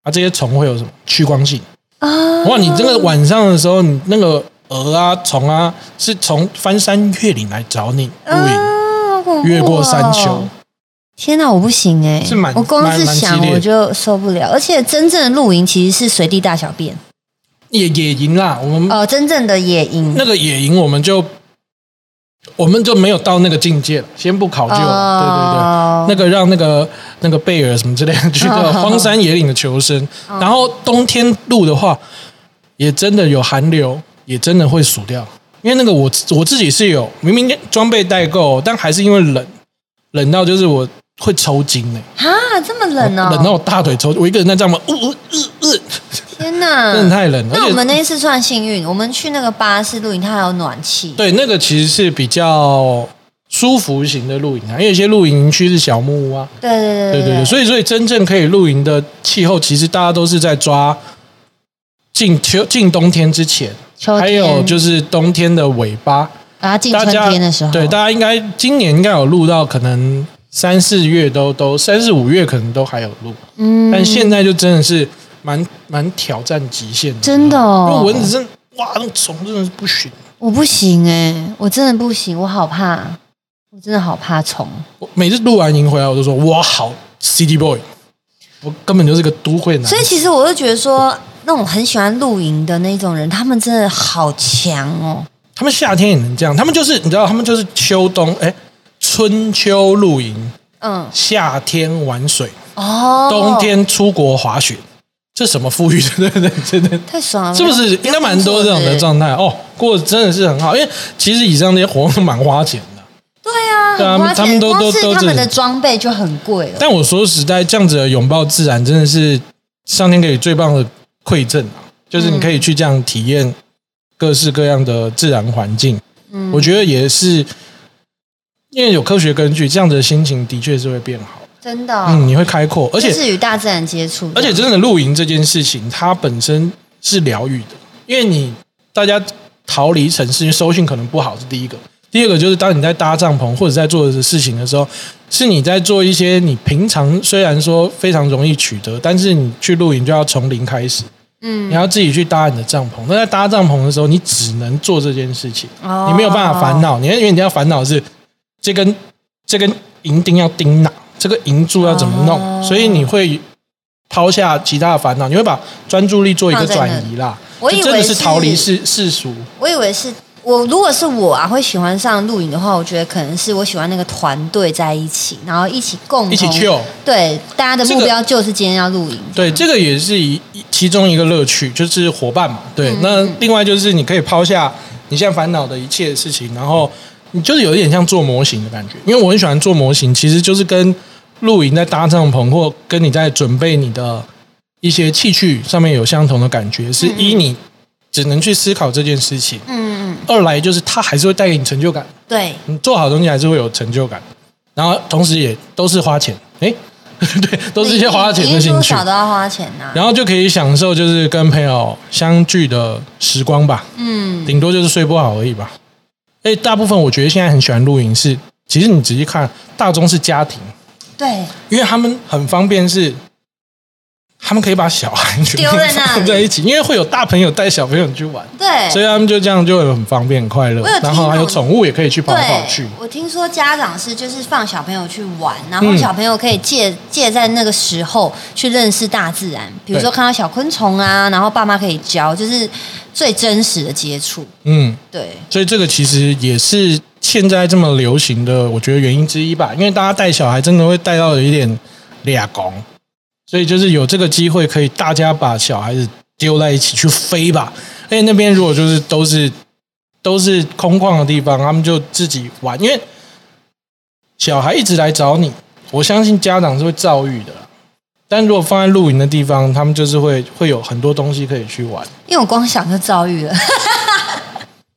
啊，这些虫会有什么趋光性？啊哇，你这个晚上的时候，你那个蛾啊、虫啊，是从翻山越岭来找你露营，啊好恐怖哦越过山丘。天哪，我不行哎、是蛮我光是蛮蛮激想烈的我就受不了，而且真正的露营其实是随地大小便，野野营啦，我们呃，真正的野营，嗯那个野营，我们就我们就没有到那个境界了，先不考究了，对对对。那哦个让那个那个贝尔什么之类的去到荒山野岭的求生，哦然后冬天录的话，也真的有寒流，也真的会暑掉。因为那个我我自己是有明明装备带够，但还是因为冷，冷到就是我会抽筋呢、啊，这么冷哦，冷到我大腿抽，我一个人在帐篷，呜呜呜呜，天哪，真的太冷了。那我而们且那一次算幸运，我们去那个巴士露营，它还有暖气。对那个其实是比较舒服型的露营啊，因为有些露营区是小木屋啊，对对对对对对，所以所以真正可以露营的气候，其实大家都是在抓近秋近冬天之前，秋天还有就是冬天的尾巴，然后进大春家天的时候，对大家应该今年应该有录到，可能三四月都都三四五月可能都还有录，嗯但现在就真的是蛮蛮挑战极限的，真的因为哦，蚊子真的哇，那种虫真的是不行，我不行哎、我真的不行，我好怕，我真的好怕虫。我每次录完营回来，我都说我好 City Boy，我根本就是个都会男。所以其实我就觉得说，那种很喜欢露营的那种人，他们真的好强哦。他们夏天也能这样，他们就是你知道，他们就是秋冬哎，春秋露营，嗯，夏天玩水，哦，冬天出国滑雪，这什么富裕 的，对不对？真的。太爽了，是不是应该蛮多这种的状态哦？过得真的是很好，因为其实以上这些活动都蛮花钱的。对啊，对啊很花他钱，们都光都是都他是们的装备就很贵了。但我说实在，这样子的拥抱自然，真的是上天给你最棒的馈赠啊！就是你可以去这样体验各式各样的自然环境，嗯我觉得也是，因为有科学根据，这样子的心情的确是会变好。真的哦、嗯，你会开阔，而且就是与大自然接触，而且真的露营这件事情，它本身是疗愈的，因为你大家逃离城市，因为收讯可能不好是第一个，第二个就是当你在搭帐篷或者在做的事情的时候，是你在做一些你平常虽然说非常容易取得，但是你去露营就要从零开始，嗯你要自己去搭你的帐篷。那在搭帐篷的时候，你只能做这件事情，哦你没有办法烦恼，你因为你要烦恼的是这根这根银钉要钉哪，这个银柱要怎么弄，哦所以你会抛下其他的烦恼，你会把专注力做一个转移啦。放在那里就真我以为的是是逃离世世俗，我以为是我，如果是我啊，会喜欢上露营的话，我觉得可能是我喜欢那个团队在一起，然后一起共同一起 chill。对，大家的这个目标就是今天要露营。对，这个也是一一其中一个乐趣，就是伙伴嘛。对，嗯那另外就是你可以抛下你现在烦恼的一切事情，然后你就是有一点像做模型的感觉。因为我很喜欢做模型，其实就是跟露营在搭帐篷或跟你在准备你的一些器具上面有相同的感觉，是一你只能去思考这件事情，嗯，嗯，二来就是它还是会带给你成就感，对，你做好东西还是会有成就感，然后同时也都是花钱，诶， 对，都是一些花钱一的定兴多趣少。都要花钱啊呐、然后就可以享受就是跟朋友相聚的时光吧，嗯，顶多就是睡不好而已吧。哎，大部分我觉得现在很喜欢露营是，其实你仔细看，大宗是家庭，对，因为他们很方便是，他们可以把小孩全丢部在那里放在一起，因为会有大朋友带小朋友去玩，对，所以他们就这样就很方便很快乐我有听。然后还有懂宠物也可以去跑来跑去对，，我听说家长是就是放小朋友去玩，然后嗯小朋友可以借、借在那个时候去认识大自然，比如对说看到小昆虫啊，然后爸妈可以教，就是最真实的接触。嗯。对，所以这个其实也是现在这么流行的，我觉得原因之一吧。因为大家带小孩真的会带到有一点俩拱，所以就是有这个机会可以大家把小孩子丢在一起去飞吧。而且那边如果就是都是都是空旷的地方，他们就自己玩，因为小孩一直来找你，我相信家长是会躁郁的啦。但如果放在露营的地方，他们就是会会有很多东西可以去玩。因为我光想就遭遇了，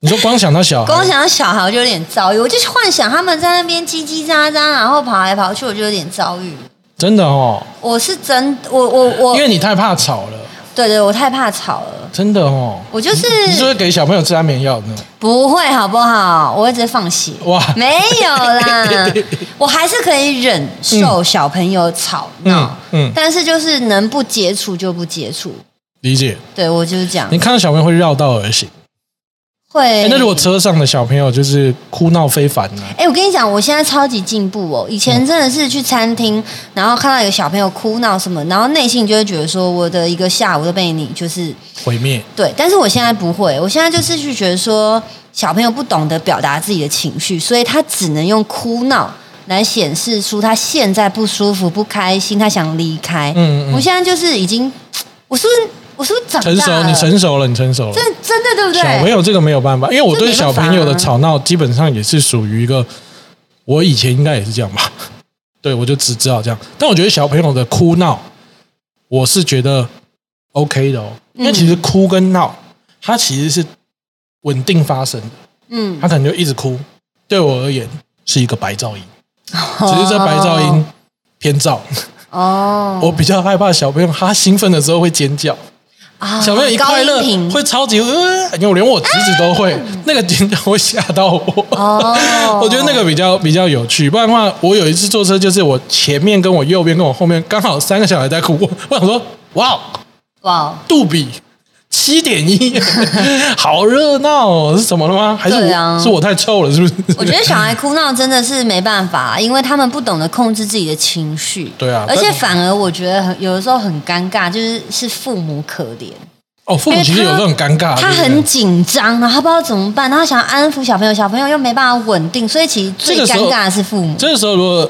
你说光想到小孩，光想到小孩我就有点遭遇，我就幻想他们在那边叽叽喳喳，然后跑来跑去，我就有点遭遇。真的哦，我是真，我我我，因为你太怕吵了，对对，我太怕吵了，真的哦。我就是你是会给小朋友吃安眠药呢？不会好不好？我会直接放血。哇没有 啦，我还是可以忍受小朋友吵闹，嗯嗯但是就是能不接触就不接触。理解。对我就是这样你，看到小朋友会绕道而行。会哎、。那如果车上的小朋友就是哭闹非凡呢？哎、我跟你讲，我现在超级进步哦！以嗯前真的是去餐厅，然后看到有小朋友哭闹什么，然后内心就会觉得说，我的一个下午都被你就是毁灭。对，但是我现在不会，我现在就是去觉得说，小朋友不懂得表达自己的情绪，所以他只能用哭闹来显示出他现在不舒服、不开心，他想离开。嗯嗯我现在就是已经，我是不是我是不是长成大熟，了？你成熟了，你成熟了。真真的对不对？小朋友这个没有办法，因为我这对没办小法啊朋友的吵闹基本上也是属于一个，我以前应该也是这样吧。 对，我就只知道这样。但我觉得小朋友的哭闹，我是觉得 OK 的哦，因为其实哭跟闹，它其实是稳定发生的。嗯，他可能就一直哭。对我而言是一个白噪音，只是这白噪音偏噪。哦，我比较害怕小朋友他兴奋的时候会尖叫，啊小朋友一快乐高音频嗯会超级呃，因为我连我侄子都会，那个尖叫会吓到我。哦 我觉得那个比较比较有趣，不然的话，我有一次坐车，就是我前面跟我右边跟我后面刚好三个小孩在哭，我我想说，哇，哇，哦杜比七点一， 好热闹、哦，是怎么了吗？还是对我、啊是我太臭了，是不是？ 我觉得小孩哭闹真的是没办法，因为他们不懂得控制自己的情绪。对啊而且但反而我觉得很有的时候很尴尬，就是是父母可怜， 哦，父母其实有这种尴尬，他啊对不对很紧张，然后他不知道怎么办，然后他想要安抚小朋友，小朋友又没办法稳定，所以其实最这个时尴候尬的是父母，直这个时候如果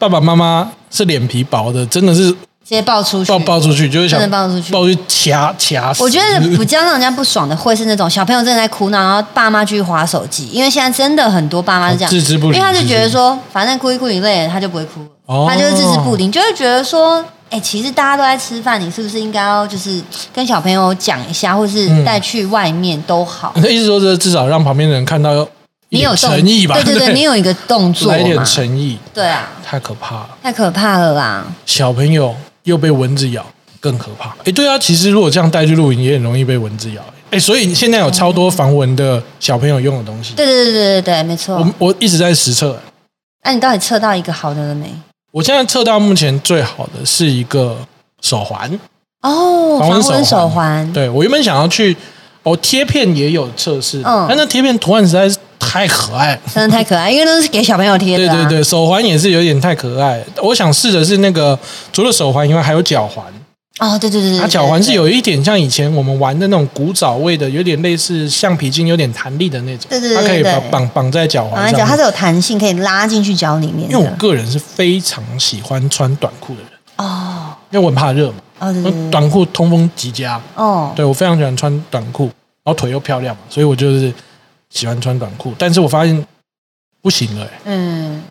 爸爸妈妈是脸皮薄的，真的是接抱出去，抱抱出去，就是想真的抱出去抱去掐掐死。我觉得比是较让人家不爽的会是那种小朋友正在哭闹，然后爸妈去划手机，因为现在真的很多爸妈是这样，哦置之不因理为他就觉置得之说，反正哭一哭你累了，他就不会哭了，哦他就是置之不理，你就会觉得说，哎、其实大家都在吃饭，你是不是应该要就是跟小朋友讲一下，或是带去外面都好， 你的意思说，这至少让旁边的人看到你有动诚意吧？对对对，你有一个动 作来一点嘛，诚意，对啊，太可怕了。太可怕了啦，小朋友又被蚊子咬，更可怕。哎，对啊，其实如果这样带去露营，也很容易被蚊子咬。哎，所以现在有超多防蚊的小朋友用的东西。对哦对对对对对，没错我。我一直在实测，那、你到底测到一个好的了没？我现在测到目前最好的是一个手环。哦，防防蚊手蚊手环，对我原本想要去，哦，贴片也有测试，嗯但那贴片图案实在是太可爱了。真的太可爱，因为都是给小朋友贴对的、啊。对对，手环也是有点太可爱。我想试的是那个，除了手环以外，还有脚环。哦，对对对对，它对脚环是，有一点像以前我们玩的那种古早味的，有点类似橡皮筋，有点弹力的那种。对对对它可以对把对绑绑在脚绑环在脚，上面。它是有弹性，可以拉进去脚里面因为我的。个人是非常喜欢穿短裤的人，哦因为我很怕热嘛，哦对对对，对短裤通风极佳。哦对我非常喜欢穿短裤，然后腿又漂亮嘛，所以我就是喜欢穿短裤。但是我发现不行了、欸，嗯，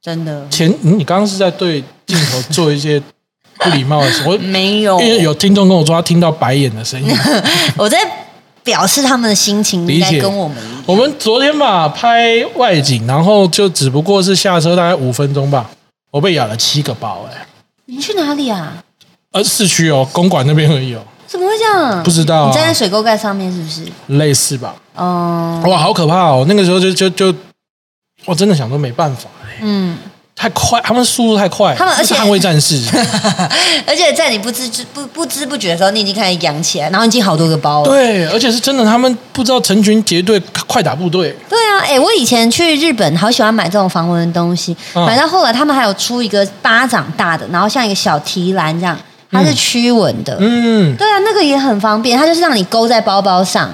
真的前嗯你刚刚是在对镜头做一些不礼貌的事， 我因没有，为有听众跟我说他听到白眼的 声音。我在表示他们的心情应理该解跟我们一样。我们昨天吧拍外景，然后就只不过是下车大概五分钟吧，我被咬了七个包、欸，哎，你们去哪里啊？呃市区哦，公馆那边而已哦，怎么会这样？不知道啊你站在水沟盖上面是不是？类似吧？ 嗯哇，好可怕哦！那个时候就就就，我真的想说没办法、欸嗯，太快，他们速度太快，他们而且是捍卫战 士。而且在你不知知不不知不觉的时候，你已经开始养起来，然后已经好多个包了。对，而且是真的，他们不知道成群结队快打部队，对啊，哎、我以前去日本，好喜欢买这种防蚊的东西，嗯买到后来他们还有出一个巴掌大的，然后像一个小提篮这样，它是驱蚊的。嗯，对啊，那个也很方便，它就是让你勾在包包上，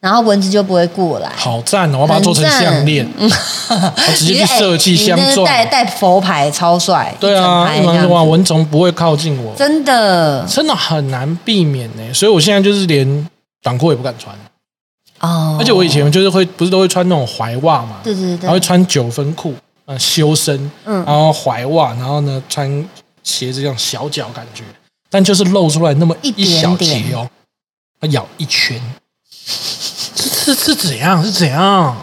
然后蚊子就不会过来。好赞哦！我要把它做成很赞项链，嗯，我直接去设计 你那相个哎你那个撞。带带佛牌超帅，对啊，一整排不这然样的话子蚊虫不会靠近我，真的真的很难避免呢、所以我现在就是连短裤也不敢穿，哦，而且我以前就是会不是都会穿那种踝袜嘛，对对对，然后会穿九分裤，嗯，修身，嗯然后踝袜，然后呢穿鞋子这样小脚感觉，但就是露出来那么一一小点点节哦，它咬一圈，是是是怎样？是怎样？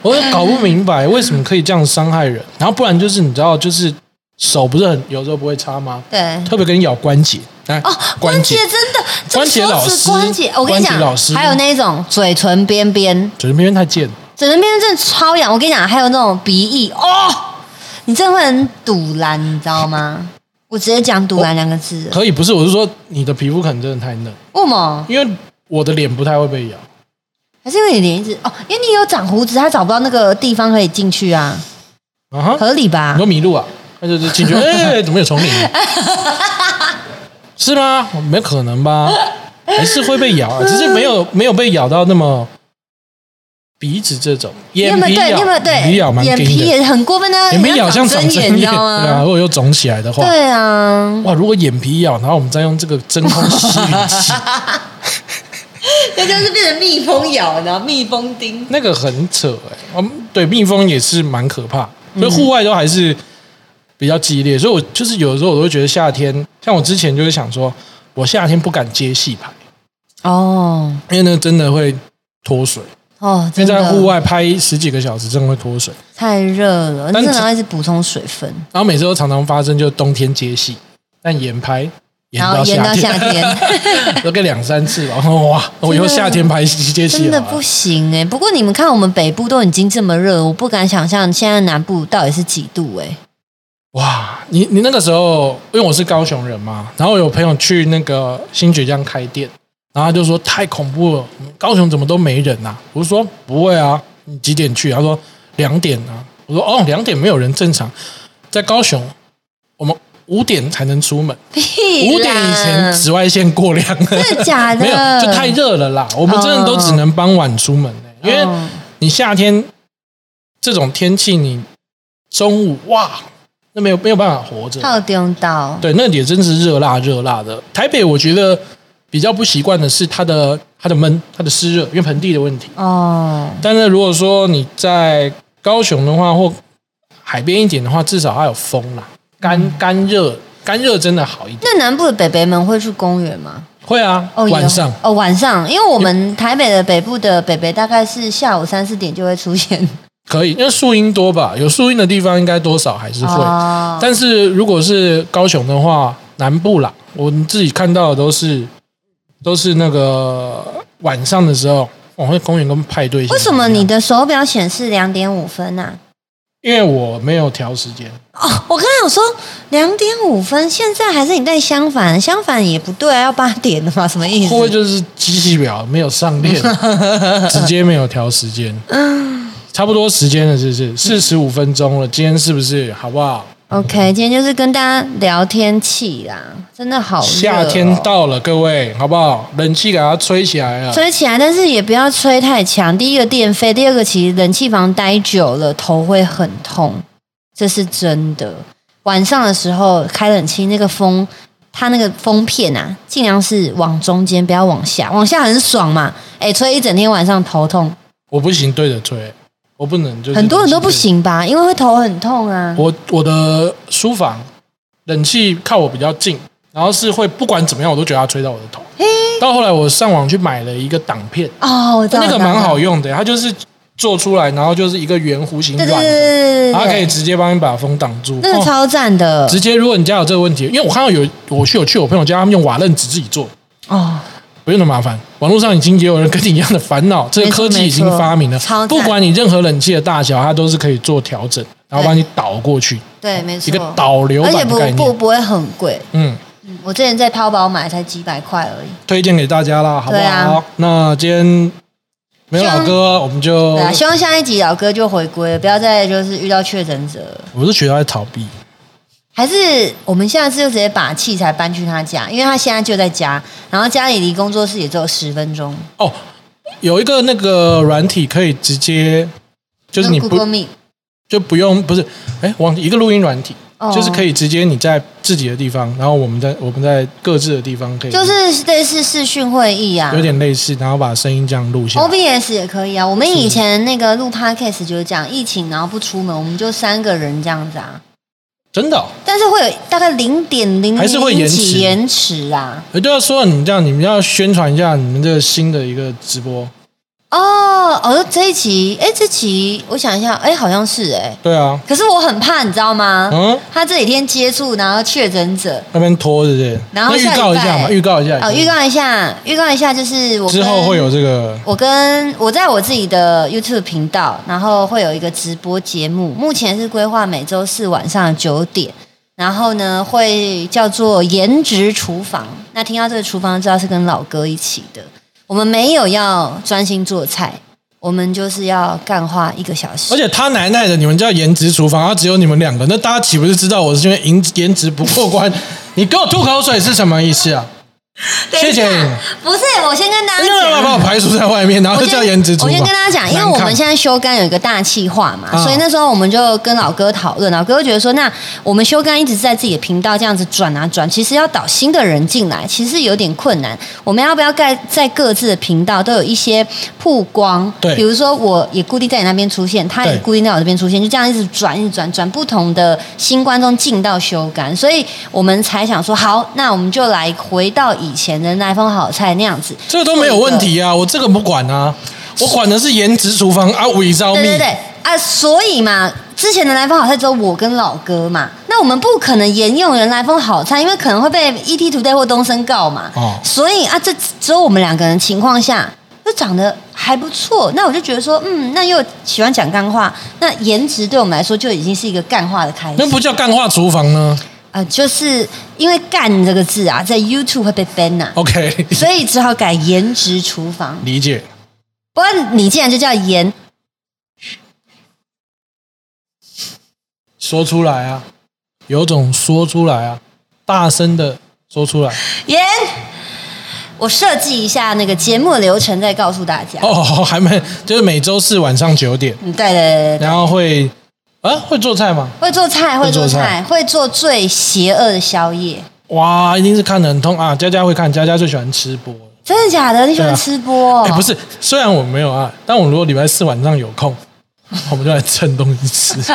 我也搞不明白为什么可以这样伤害人，然后不然就是你知道，就是手不是很有时候不会擦吗？对。特别跟你咬关节，哎来哦，关节真的，这关节手指老师关节，我跟关你讲节老，师还有那一种嘴唇边边，嘴唇边太贱了，嘴唇边真的超痒。我跟你讲，还有那种鼻翼哦，你真的会很堵蓝，你知道吗？我直接讲“堵蓝”两个字，可以不是？我是说你的皮肤可能真的太嫩，为什么？因为我的脸不太会被咬。还是因为你脸一直哦，因为你有长胡子，他找不到那个地方可以进去啊，啊哈，合理吧你说？迷路啊？ 那就是进去，哎、怎么有丛林？是吗？没可能吧？还是会被咬啊，只是没有没有被咬到那么鼻子这种，你眼有没皮有对？咬，你有没眼皮咬有对？蛮眼硬皮的，也很过分的，眼皮咬像长长针眼，你知道对啊，吗如？果有肿起来的话，对啊，哇，如果眼皮咬，然后我们再用这个真空吸吮器，那就是变成蜜蜂咬，然后蜜蜂叮。那个很扯哎、欸，嗯，对，蜜蜂也是蛮可怕，嗯所以户外都还是比较激烈，所以我就是有的时候我都会觉得夏天，像我之前就是想说，我夏天不敢接戏拍，哦因为那真的会脱水，哦，因为真的在户外拍十几个小时真的会脱水，太热了，但你真只的要一直补充水分。然后每次都常常发生，就冬天接戏，但延拍。延然后到延夏到夏天， 都个两三次了。然后哇，我以后真的夏天拍戏接戏真好的了不行哎、不过你们看，我们北部都已经这么热，我不敢想象现在南部到底是几度哎、哇，你你那个时候，因为我是高雄人嘛，然后有朋友去那个新崛江开店，然后他就说太恐怖了，高雄怎么都没人呐、啊？我就说不会啊，你几点去？他说两点啊。我说哦，两点没有人正常，在高雄我们五点才能出门，屁啦五点以前紫外线过量了，真的假的？没有就太热了啦。我们真的都只能傍晚出门、欸，因为哦你夏天这种天气，你中午哇，那没有没有办法活着。套丢到，对，那也真是热辣热辣的。台北我觉得比较不习惯的是它的它的闷，它的湿热，因为盆地的问题。哦，但是如果说你在高雄的话，或海边一点的话，至少还有风啦，嗯干干热干热真的好一点。那南部的北北们会去公园吗？会啊，哦，有晚上哦，晚上，因为我们台北的北部的北北大概是下午三四点就会出现，可以，因为树荫多吧，有树荫的地方应该多少还是会。哦但是如果是高雄的话，南部啦，我们自己看到的都是都是那个晚上的时候，我会公园跟派对。为什么你？的手表显示两点五分啊？因为我没有调时间，哦，我刚才有说两点五分，现在还是你带相反，相反也不对啊，要八点的嘛，什么意会思不？会就是机器表没有上链， 直接没有调时间？差不多时间了，是不是？四十五分钟了，今天是不是好不好？ OK，今天就是跟大家聊天气啦，真的好热哦、夏天到了，各位，好不好？冷气给它吹起来了。吹起来，但是也不要吹太强。第一个电费，第二个其实冷气房待久了头会很痛，这是真的。晚上的时候开冷气，那个风，它那个风片啊，尽量是往中间，不要往下，往下很爽嘛。哎，吹一整天晚上头痛，我不行，对着吹，我不能就是很多人都冷气不对着行吧，因为会头很痛啊。我我的书房冷气靠我比较近，然后是会不管怎么样，我都觉得它吹到我的头。到后来我上网去买了一个挡片，哦，我知道那个蛮好，我用的，它就是做出来，然后就是一个圆弧形知道对对软的，对对对对然后对可以对，直接帮你把风挡住。那个哦超赞的直接，如果你家有这个问题，因为我看到有我去有去我朋友家，他们用瓦楞纸自己做，哦，不用那么麻烦。网络上已经也有人跟你一样的烦恼，这个科技已经发明了没错没错超，赞不管你任何冷气的大小，它都是可以做调整，然后帮你导过去，对，没错，哦一个导流板而且的不概不念。不会很贵。嗯，嗯我之前在淘宝买才几百块而已，推荐给大家啦，好不对好？啊那今天没有老希哥，我们就对啊，希望下一集老哥就回归，不要再就是遇到确诊者了，我是觉得他在逃避，还是我们下次就直接把器材搬去他家，因为他现在就在家，然后家里离工作室也只有十分钟，哦，有一个那个软体可以直接，就是你用 Google 不 Meet 就不用不是，哎，忘记一个录音软体，哦就是可以直接你在自己的地方，然后我们在我们在各自的地方可以，就是类似视讯会议啊哦有点类似，然后把声音这样录下来。 ，OBS 也可以啊。我们以前那个录 Podcast 就是这样，疫情然后不出门，我们就三个人这样子啊，真的、哦，但是会有大概零点零还是会延零迟几延迟啊。我就要哎说你这样，你们要宣传一下你们这个新的一个直播。哦，哦，这一集，哎，这集我想一下，哎，好像是哎。对啊，可是我很怕，你知道吗？嗯他这几天接触然后确诊者，那边拖对不对？然后那预下礼告一拜下嘛，预告一下。哦，预告一下，预告一下，就是我哎之跟后会有这个我跟我在我自己的 YouTube 频道，然后会有一个直播节目，目前是规划每周四晚上九点，然后呢会叫做“颜值厨房”。那听到这个厨房，知道是跟老哥一起的。我们没有要专心做菜，我们就是要干话一个小时。而且他奶奶的，你们叫颜值厨房，他啊只有你们两个，那大家岂不是知道我是因为颜颜值不过关？你给我吐口水是什么意思啊？等一下谢谢哎你不是，我先跟大家你怎么讲把我。排除在外面，然后啊我就先叫颜值厨我房？先跟大家讲，因为我们现在在修干有一个大气化嘛，嗯所以那时候我们就跟老哥讨论，老哥就觉得说，那我们修干一直在自己的频道这样子转啊转，其实要导新的人进来，其实有点困难。我们要不要在在各自的频道都有一些曝光？对比如说我也固定在你那边出现，他也对固定在我这边出现，就这样一直转，一直转，转不同的新观众进到修干，所以我们才想说，好，那我们就来回到以前的那风好菜那样子，这个都没有问题啊，我这个不管啊，我管的是颜值厨房啊，伪造密对对对啊，所以嘛，之前的来风好菜只有我跟老哥嘛，那我们不可能沿用人来风好菜，因为可能会被 ET Today 或东升告嘛。哦所以啊，这只有我们两个人情况下。就长得还不错，那我就觉得说，嗯，那又喜欢讲干话，那颜值对我们来说就已经是一个干话的开始。那不叫干化厨房呢？呃，就是因为“干”这个字啊，在 YouTube 会被 ban 呐、 OK，所以只好改颜值厨房。理解。不过你既然就叫颜，说出来啊，有种说出来啊，大声的说出来。颜，我设计一下那个节目流程，再告诉大家。哦， 还没，就是每周四晚上九点，嗯，对对对对对，然后会啊会做菜吗？会做菜，会做会做菜菜，会做最邪恶的宵夜。哇，一定是看得很痛啊！佳佳会看，佳佳最喜欢吃播。真的假的？你喜对欢啊吃播、哎、不是，虽然我没有啊，但我如果礼拜四晚上有空，我们就来蹭东西吃。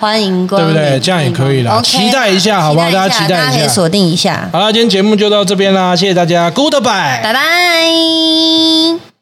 欢迎光对临，不对这样也可以啦欢迎光临期待一下好不好大家期待一下大家可以锁定一下，好啦，今天节目就到这边啦，谢谢大家，Goodbye。拜拜。